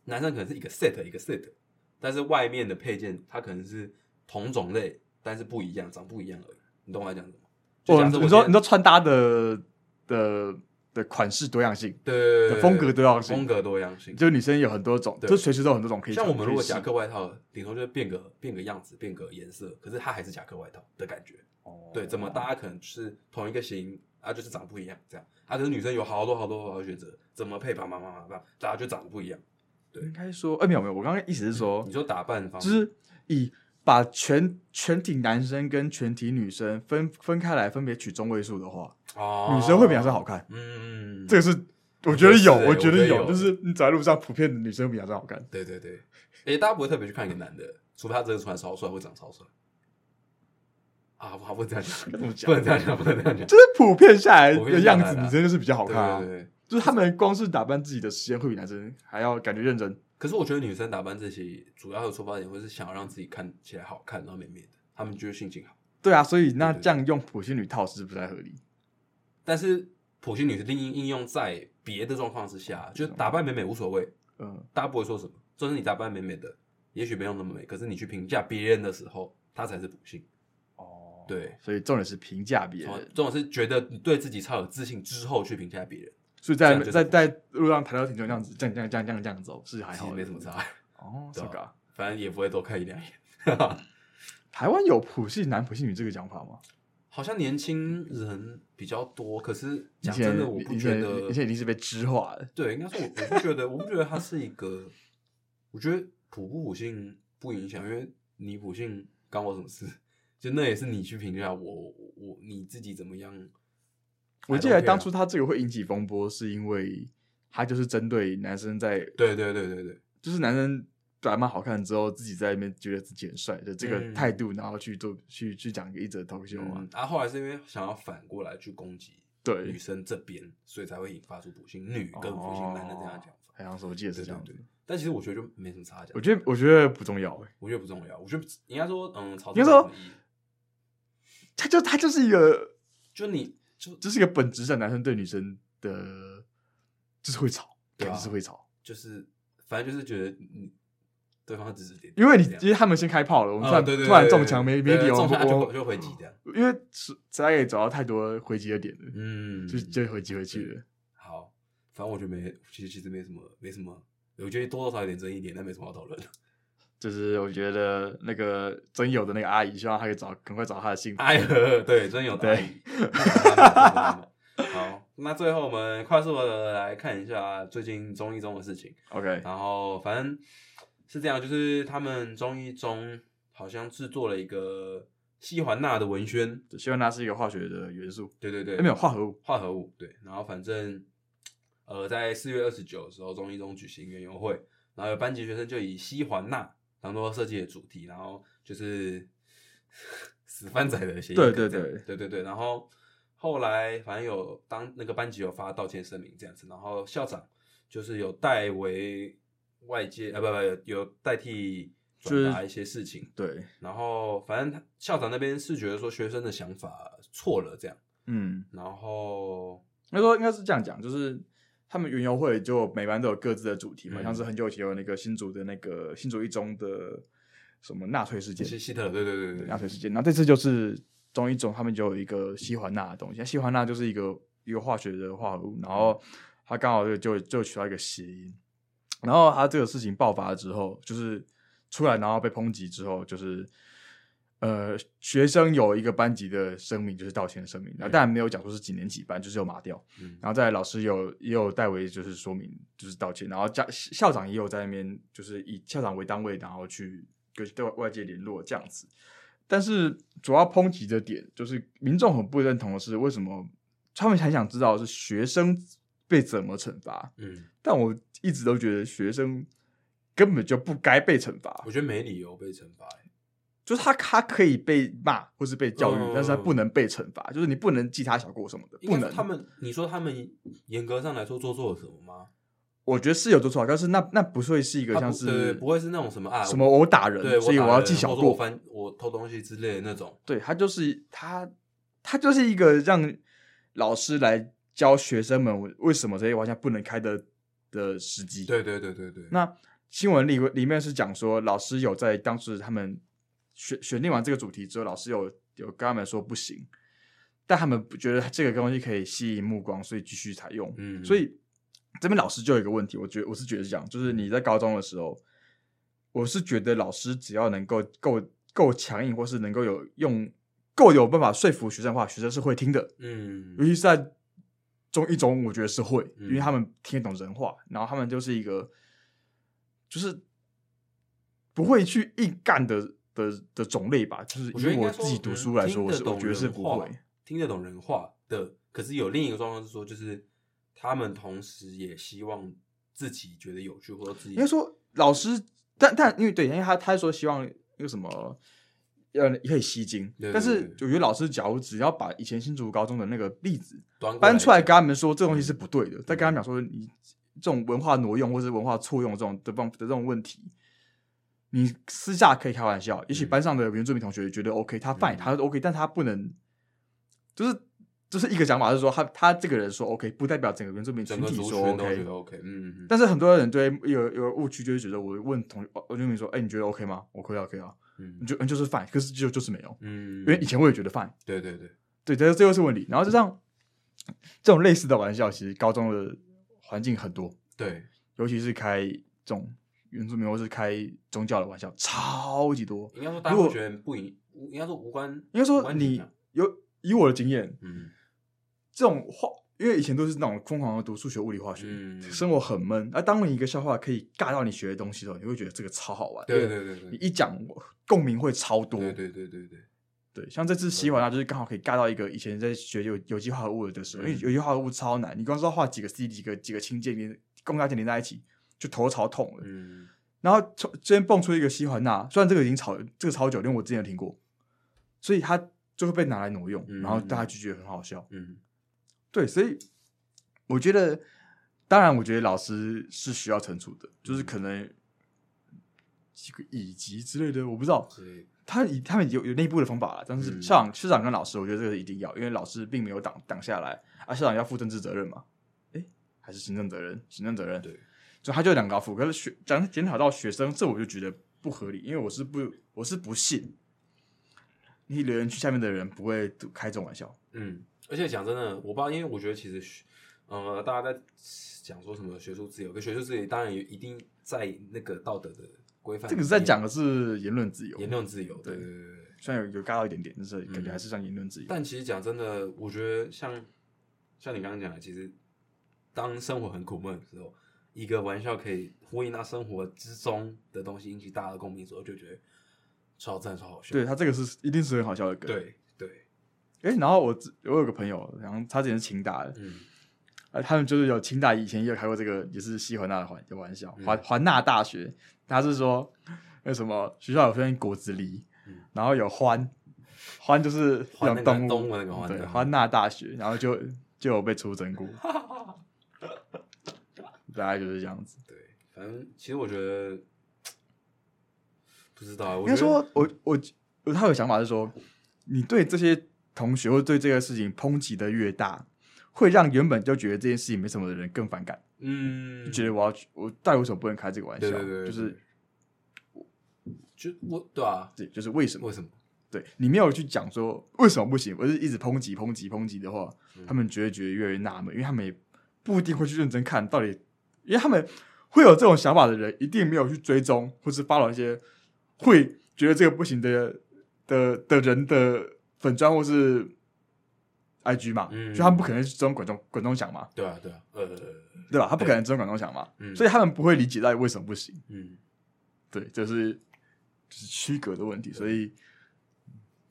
S1: 男生可能是一个 set 一个 set，但是外面的配件它可能是同种类，但是不一样，长不一样而已。你懂我在讲什么？就
S2: 哦，
S1: 假
S2: 你
S1: 设
S2: 说
S1: 我
S2: 你说
S1: 今天
S2: 你说穿搭的的的款式多样性，
S1: 对对对对
S2: 的风格多样性
S1: 风格多样性，
S2: 就是女生有很多种，
S1: 对
S2: 就随时都有很多种可以穿。
S1: 像我们如果
S2: 可以试
S1: 夹克外套，顶多就是变个变个样子，变个颜色，可是它还是夹克外套的感觉。
S2: 哦
S1: 对，怎么大家可能是同一个型啊，就是长不一样这样。啊，可是女生有好多好多好多选择，怎么配吧，嘛嘛嘛嘛，大家就长得不一样。
S2: 应该说，哎、没有没有，我刚刚意思是说，
S1: 你说打扮方面，
S2: 就是以把全全体男生跟全体女生分分开来，分别取中位数的话，
S1: 哦，
S2: 女生会比男生好看。
S1: 嗯，
S2: 这个是我觉得有，
S1: 我
S2: 我
S1: 觉
S2: 觉
S1: 得是
S2: 得
S1: 欸
S2: 有，
S1: 我觉得有
S2: 就是你走在路上，普遍的女生比男生好看。
S1: 对对对，而且大家不会特别去看一个男的，除非他真的穿超帅或长超帅。啊，不，不能这样讲，
S2: 该怎么讲
S1: 不能这样讲，不能这样讲。
S2: 就是普遍下来
S1: 普
S2: 的
S1: 遍下来
S2: 样
S1: 啦
S2: 子，女生就是比较好
S1: 对
S2: 看啊。
S1: 对对对，
S2: 就是他们光是打扮自己的时间会比男生还要感觉认真。
S1: 可是我觉得女生打扮自己主要的出发点会是想要让自己看起来好看，然后美美的，她们觉得心情好。
S2: 对啊，所以那
S1: 对对
S2: 这样用普信女套是不是不太合理？
S1: 但是普信女是另应应用在别的状况之
S2: 啊
S1: 下，就打扮美美无所谓，
S2: 嗯，
S1: 大家不会说什么。就是你打扮美美的，也许没有那么美，可是你去评价别人的时候，她才是普信。
S2: 哦
S1: 对，哦
S2: 所以重点是评价别
S1: 从
S2: 人，
S1: 这种是觉得你对自己超有自信之后去评价别人，
S2: 所以
S1: 这
S2: 在
S1: 样就是
S2: 在
S1: 普
S2: 在路上抬头挺胸这样子，这样这样这样这样这样走是还
S1: 哎其
S2: 好
S1: 实
S2: 的，
S1: 没什么差，
S2: 哦，这
S1: 对啊
S2: 个啊。
S1: 反正也不会多看一两眼。
S2: 台湾有普信男、普信女这个讲法吗？
S1: 好像年轻人比较多，可是
S2: 以
S1: 讲
S2: 前
S1: 真的，我不
S2: 以
S1: 觉
S2: 前
S1: 得
S2: 以前已经是被知化了。
S1: 对，应该说我我不觉得，我不觉得它是一个，我觉得普不普信不影响，因为你普信干我什么事？就那也是你去评价我，我我你自己怎么样？
S2: 我
S1: I
S2: 记得
S1: don't care
S2: 当初他这个会引起风波，是因为他就是针对男生在，
S1: 对对对对对，
S2: 就是男生打扮好看之后，自己在那边觉得自己很帅的这个
S1: 嗯
S2: 态度，然后去做去去讲一则脱秀啊
S1: 嗯。，啊，后来是因为想要反过来去攻击女
S2: 对，
S1: 生这边，所以才会引发出普信女跟普信男的这样的讲法。
S2: 好像是我记得哦是这样子
S1: 对。但其实我觉得就没什么差价
S2: 我，觉得我觉得不重要、欸，
S1: 我觉得不重要。我觉得应该说，嗯，曹
S2: 应该
S1: 正
S2: 说
S1: 统一
S2: 他就他就是一个，
S1: 就你就
S2: 这是一个本质上男生对女生的，就是会吵，
S1: 对啊
S2: 就是会吵。
S1: 就是反正就是觉得你对方指指点点，
S2: 因为你
S1: 这样
S2: 其实他们先开炮了，我们突
S1: 啊
S2: 然
S1: 对对
S2: 突然
S1: 对
S2: 中
S1: 对
S2: 枪，
S1: 对
S2: 没没
S1: 对
S2: 理由
S1: 中枪就
S2: 我
S1: 回就回击这样。
S2: 因为实实在也找到太多回击的点了，
S1: 嗯，
S2: 就就回击回去了。
S1: 好，反正我觉得没，其实其实没什么，没什么，我觉得多多少少有点争议点，但没什么好讨论的。
S2: 就是我觉得那个真友的那个阿姨，希望她可以找赶快找她的幸福。
S1: 哎呵，对，真有道理
S2: 对。
S1: 好，那最后我们快速的来看一下最近中一中的事情。
S2: OK，
S1: 然后反正是这样，就是他们中一中好像制作了一个西环钠的文宣，
S2: 希望它是一个化学的元素，
S1: 对对对，
S2: 哎，没有化合物。
S1: 化合物，对。然后反正，呃，在四月二十九的时候，中一中举行园游会，然后有班级学生就以西环钠当做设计的主题，然后就是 死番仔的谐音梗
S2: 对对
S1: 这样
S2: 对
S1: 对对对。然后后来反正有当那个班级有发道歉声明这样子，然后校长就是有代为外界呃不不有有代替
S2: 就
S1: 转
S2: 是
S1: 达一些事情，
S2: 对，
S1: 然后反正他校长那边是觉得说学生的想法错了这样，
S2: 嗯，
S1: 然后。
S2: 应该说应该是这样讲，就是他们园游会就每班都有各自的主题嘛，
S1: 嗯
S2: 像是很久以前有那个新竹的那个新竹一中的什么纳粹事件，
S1: 是希特勒，对对对对
S2: 对，纳粹事件。那这次就是中一中他们就有一个西环钠的东西，西环钠就是一个一个化学的化合物，然后它刚好就就就取到一个谐音，然后它这个事情爆发之后，就是出来然后被抨击之后，就是。呃，学生有一个班级的声明，就是道歉的声明，然后当然没有讲说是几年几班，就是有码掉。
S1: 嗯
S2: 然后再来老师有也有代为就是说明就是道歉，然后家校长也有在那边就是以校长为单位，然后去跟对外界联络这样子。但是主要抨击的点就是民众很不认同的是，为什么他们很想知道是学生被怎么惩罚？
S1: 嗯，
S2: 但我一直都觉得学生根本就不该被惩罚
S1: 我，觉得没理由被惩罚欸。
S2: 就是他他可以被骂或是被教育，
S1: 嗯
S2: 但是他不能被惩罚，就是你不能记他小过什么的，
S1: 应
S2: 不
S1: 该说
S2: 能。
S1: 他们，你说他们严格上来说做错了什么吗？
S2: 我觉得是有做错啊，但是那那不会是一个
S1: 他
S2: 像
S1: 不对对
S2: 是
S1: 不会是那种什么啊
S2: 什么我打人，
S1: 对，
S2: 所以
S1: 打
S2: 我要
S1: 人
S2: 记小
S1: 或者我
S2: 过。
S1: 翻我偷东西之类的那种。
S2: 对他就是他，他就是一个让老师来教学生们为什么这些玩笑不能开的的时机。
S1: 对对对对对，
S2: 那新闻里里面是讲说，老师有在当时他们选选定完这个主题之后，老师有有跟他们说不行，但他们不觉得这个东西可以吸引目光，所以继续采用。
S1: 嗯
S2: 所以这边老师就有一个问题，我觉得我是觉得是这样，就是
S1: 嗯
S2: 你在高中的时候，我是觉得老师只要能够够够强硬，或是能够有用够有办法说服学生的话，学生是会听的。
S1: 嗯
S2: 尤其是在中一中，我觉得是会，
S1: 嗯
S2: 因为他们听得懂人话，然后他们就是一个就是不会去硬干的的的种类吧。就是
S1: 我觉得
S2: 以
S1: 应
S2: 我
S1: 该说
S2: 自己读书来说，
S1: 嗯
S2: 我
S1: 听
S2: 是
S1: 得懂
S2: 我觉得是
S1: 人
S2: 不
S1: 话
S2: 会。
S1: 听得懂人话的。可是有另一个状况是说，就是他们同时也希望自己觉得有趣，或者自己
S2: 应该说老师，但但因为对，因为他他说希望那个什么。呃，可以吸睛，
S1: 对对
S2: 但是
S1: 对
S2: 我觉得老师假如只要把以前新竹高中的那个例子
S1: 端
S2: 搬出来
S1: 讲嗯
S2: 跟他们说这东西是不对的，再跟他们讲说你这种文化挪用或是文化错用这种的方的这种问题，你私下可以开玩笑，也许
S1: 嗯
S2: 班上的原住民同学觉得 OK，他 fine，、
S1: 嗯
S2: 他 OK，但他不能就是就是一个讲法是说他他这个人说 OK，不代表整个原住民群
S1: 整个
S2: 体
S1: 族
S2: 说
S1: 群都觉
S2: OK
S1: 得。OK，嗯嗯嗯，
S2: 但是很多人对有有误区，就是觉得我问同原住民说，哎、你觉得 OK 吗？我可以啊，可以啊，你
S1: 嗯
S2: 就你就是 fine，可是就就是没有，
S1: 嗯，
S2: 因为以前我也觉得 fine，
S1: 对对对，
S2: 对，这这又是问题。然后就像这种类似的玩笑，其实高中的环境很多，
S1: 对，
S2: 尤其是开这种原住民或是开宗教的玩笑，超级多。
S1: 应该说大家
S2: 如果
S1: 会觉得不影，无应该说无关，
S2: 应该
S1: 无
S2: 说
S1: 关
S2: 你
S1: 紧啊
S2: 有以我的经验，
S1: 嗯
S2: 这种话，因为以前都是那种疯狂的读数学、物理、化学，
S1: 嗯，
S2: 生活很闷。而当你一个笑话可以尬到你学的东西的时候，你会觉得这个超好玩。
S1: 对对对对，
S2: 你一讲，共鸣会超多。
S1: 对对对对对，
S2: 对，像这次洗碗啊，就是刚好可以尬到一个以前在学有有机化合物的时候，因为
S1: 嗯
S2: 有机化合物超难，你光知道画几个 C 几个几个氢键连共价键连在一起，就头超痛了。
S1: 嗯，
S2: 然后从之前蹦出一个西环钠，虽然这个已经炒这个超久，因为我之前有听过，所以它就会被拿来挪用，然后大家就觉得很好笑。
S1: 嗯，
S2: 对，所以我觉得，当然，我觉得老师是需要惩处的，就是可能
S1: 嗯
S2: 几个乙级之类的，我不知道。
S1: 所以
S2: 他以他们有有内部的方法了，但是
S1: 嗯
S2: 校长、校长跟老师，我觉得这个一定要，因为老师并没有挡挡下来，啊，校长要负政治责任嘛，诶，还是行政责任，行政责任，
S1: 对，
S2: 就他就两个付。可是学讲检讨到学生，这我就觉得不合理，因为我是不我是不信，你留言区下面的人不会开这种玩笑。
S1: 嗯，而且讲真的，我不知道，因为我觉得其实学，呃，大家在讲说什么学术自由，跟学术自由当然也一定在那个道德的规范里面。
S2: 这个是在讲的是言论自由，
S1: 言论自由，对
S2: 对
S1: 对对对对。
S2: 虽然有有尬到一点点，但是感觉
S1: 嗯
S2: 还是像言论自由。
S1: 但其实讲真的，我觉得像像你刚刚讲的，其实当生活很苦闷的时候，一个玩笑可以呼应到生活之中的东西，引起大家的共鸣的时候，就觉得超赞、超好笑。
S2: 对他这个是一定是很好笑的梗。，
S1: 对对，
S2: 哎、然后我自我有个朋友，然后他之前是勤打的，
S1: 嗯
S2: 呃，他们就是有清大以前也有开过这个，也是西环大的环的玩笑，
S1: 嗯
S2: 环环大大学，他是说那什么学校有分果子狸，
S1: 嗯
S2: 然后有獾，獾就是
S1: 獾那
S2: 养
S1: 个
S2: 动物，
S1: 动物那个獾
S2: 对，
S1: 对
S2: 环大大学，然后就就有被出真过，大概就是这样子。
S1: 对，反正其实我觉得不知道啊，
S2: 应
S1: 我
S2: 该
S1: 觉得
S2: 说，我我我他有想法是说，你对这些同学或对这个事情抨击的越大，会让原本就觉得这件事情没什么的人更反感。
S1: 嗯，
S2: 就觉得我要去，我到底为什么不能开这个玩笑？
S1: 对对对，
S2: 就是
S1: 就我对啊，
S2: 对，就是为什么？
S1: 为什么？
S2: 对你没有去讲说为什么不行，而是一直抨击、抨击、抨击的话，
S1: 嗯
S2: 他们觉得觉得越来越纳闷，因为他们也不一定会去认真看到底，因为他们会有这种想法的人，一定没有去追踪或是发了一些会觉得这个不行的的的人的粉砖或是 IG 嘛，
S1: 嗯
S2: 所以他们不可能去追踪滚动滚动响嘛，
S1: 对啊对啊，呃，
S2: 对吧？他不可能追踪滚动响嘛，
S1: 嗯
S2: 所以他们不会理解到底为什么不行。
S1: 嗯，
S2: 对，这是就是区隔的问题，所以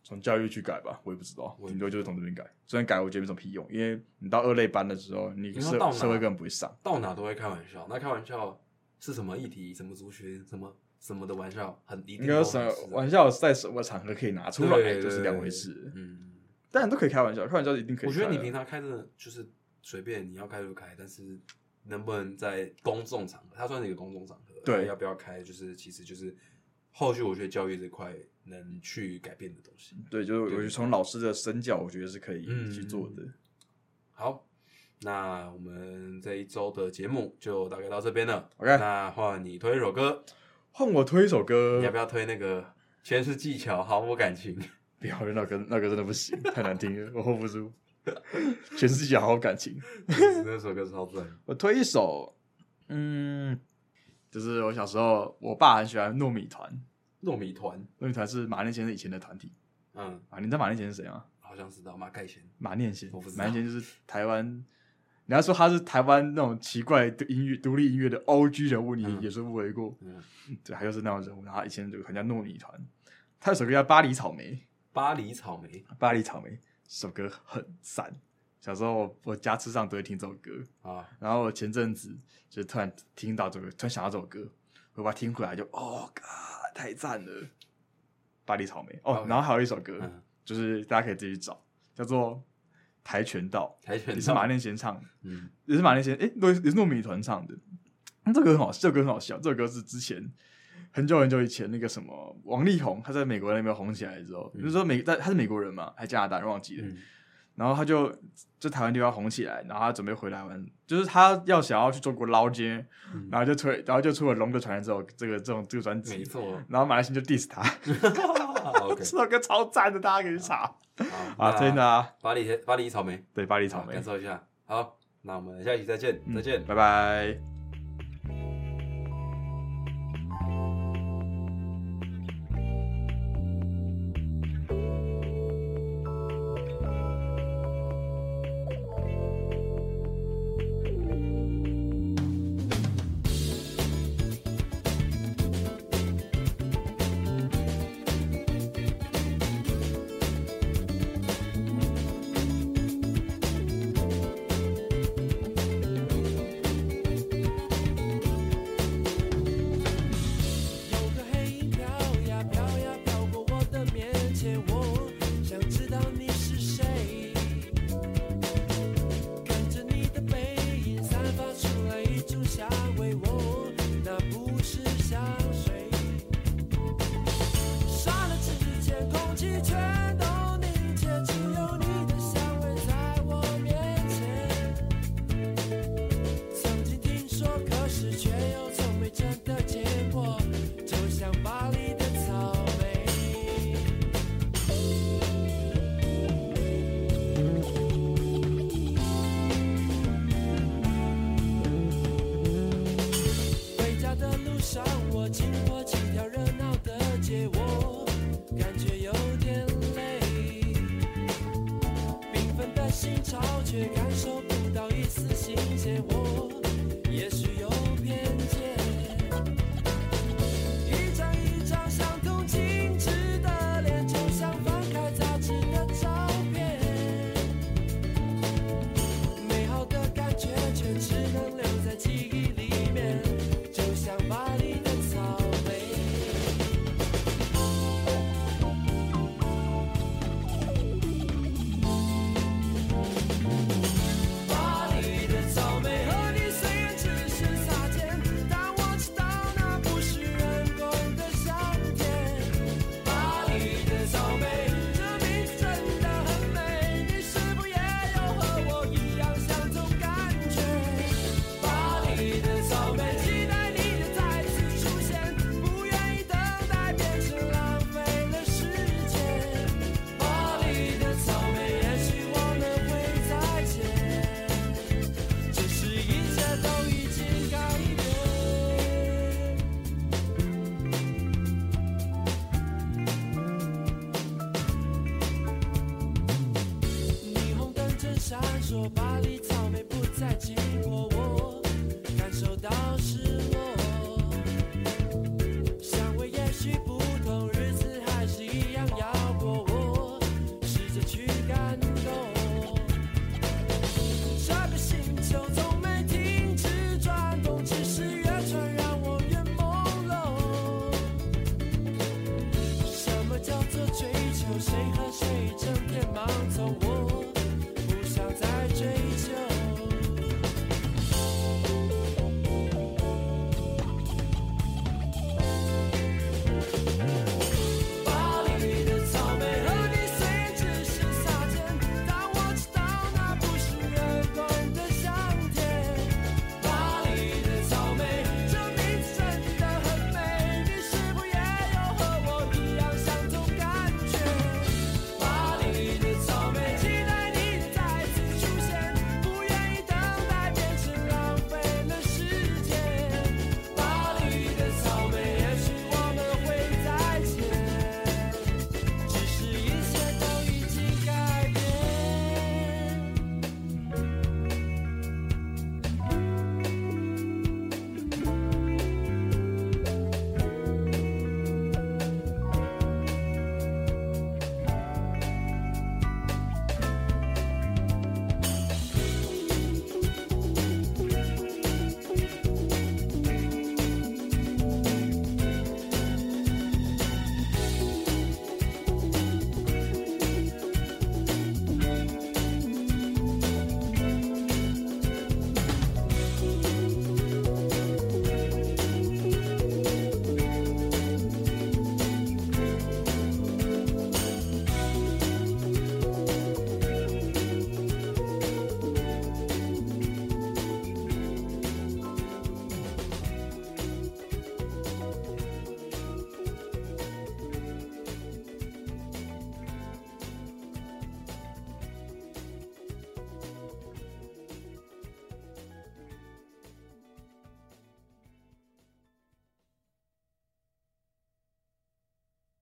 S2: 从教育去改吧，我也不知道，
S1: 我也
S2: 顶多就是从这边改。虽然改我觉得没什么屁用，因为你到二类班的时候，你
S1: 你要
S2: 社
S1: 到哪
S2: 社会根本不会上。
S1: 到哪都会开玩笑，那开玩笑是什么议题、什么族群、什么什么的玩笑，很一
S2: 应
S1: 定
S2: 该
S1: 都
S2: 什
S1: 很
S2: 么
S1: 是的
S2: 玩笑在什么场合可以拿出
S1: 对对
S2: 来，
S1: 对
S2: 就是两回事。
S1: 嗯，
S2: 当然都可以开玩笑，开玩笑一定可以
S1: 我
S2: 开
S1: 觉
S2: 啊。
S1: 得你平常开真的就是随便你要开就开，但是能不能在公众场合，它算是一个公众场合，
S2: 对
S1: 要不要开，就是其实就是后续我觉得教育这块能去改变的东西。
S2: 对，就是我觉
S1: 对
S2: 得从老师的身教，我觉得是可以
S1: 嗯
S2: 去做的。
S1: 好，那我们这一周的节目就大概到这边了。
S2: OK
S1: 那换你推一首歌，
S2: 换我推一首歌，
S1: 你要不要推那个呃全是技巧，毫无感情？
S2: 不要，那个那个真的不行，太难听了，我 hold 不住。 全世界好好感情，
S1: 那首歌超赞。
S2: 我推一首，嗯，就是我小时候，我爸很喜欢糯米团，
S1: 糯米团，
S2: 糯米团是马念先生以前的团体
S1: 嗯，
S2: 啊。你知道马念先是谁吗？
S1: 好像知道马盖先。
S2: 马念先，
S1: 我不知道
S2: 马念先就是台湾，你要说他是台湾那种奇怪的音乐、独立音乐的 O G 人物，你
S1: 嗯
S2: 也说不为过。
S1: 嗯，
S2: 对，他就是那种人物，然后他以前就很叫糯米团，他有首歌叫《巴黎草莓》，
S1: 巴黎草莓
S2: 《巴黎草莓》这首歌很赞。小时候我我家吃上都会听这首歌，
S1: 啊，
S2: 然后我前阵子就突然听到这个，突然想到这首歌，我把它听回来就哦嘎，太赞了！巴黎草莓哦
S1: OK
S2: 然后还有一首歌，
S1: 嗯，
S2: 就是大家可以自己找，叫做《跆拳道
S1: 跆》，拳
S2: 也
S1: 道
S2: 是马念先唱的，
S1: 嗯
S2: 也是马念先，诶，糯也是糯米团唱的。那这个很好，这个歌很好笑，这个歌是之前很久很久以前那个什么王力宏，他在美国那边红起来之后，
S1: 嗯
S2: 就是说美，但他是美国人嘛，还加拿大人忘记了，
S1: 嗯
S2: 然后他就就台湾地方红起来，然后他准备回来玩，就是他要想要去中国捞金，
S1: 嗯
S2: 然后就出，然后就出了《龙的传人》之后，这个这种这个专
S1: 没
S2: 辑，
S1: 错。啊
S2: 然后马来西亚就 diss 他，
S1: OK，
S2: 这首歌超赞的，大家可以去查
S1: 好
S2: 啊，真的。啊，
S1: 那巴黎巴黎草莓，
S2: 对，巴黎草
S1: 好，
S2: 莓
S1: 感，受一下。好，那我们下一期再见，
S2: 嗯
S1: 再见。
S2: 拜拜。
S3: 「却又从没真的结果，就像巴黎的草莓。回家的路上，我经过几条热闹的街，我感觉有点累。缤纷的心潮却感受不到一丝新鲜，我也许有偏见。一张一张相同精致的脸，就像翻开杂志的照片。美好的感觉却只能留在记忆里面，就像巴黎的草莓。巴黎的草莓和你虽然只是擦肩，但我知道那不是人工的香甜。巴黎的草莓，这名字真的很美，你是否也有和我一样相同感觉？巴黎的草莓，期待你的再次出现，不愿意等待变成浪费了时间。巴黎的草莓，也许我们会再见，只是一切都已经改变。霓虹灯正闪烁，巴黎草莓不再经过我，感受到是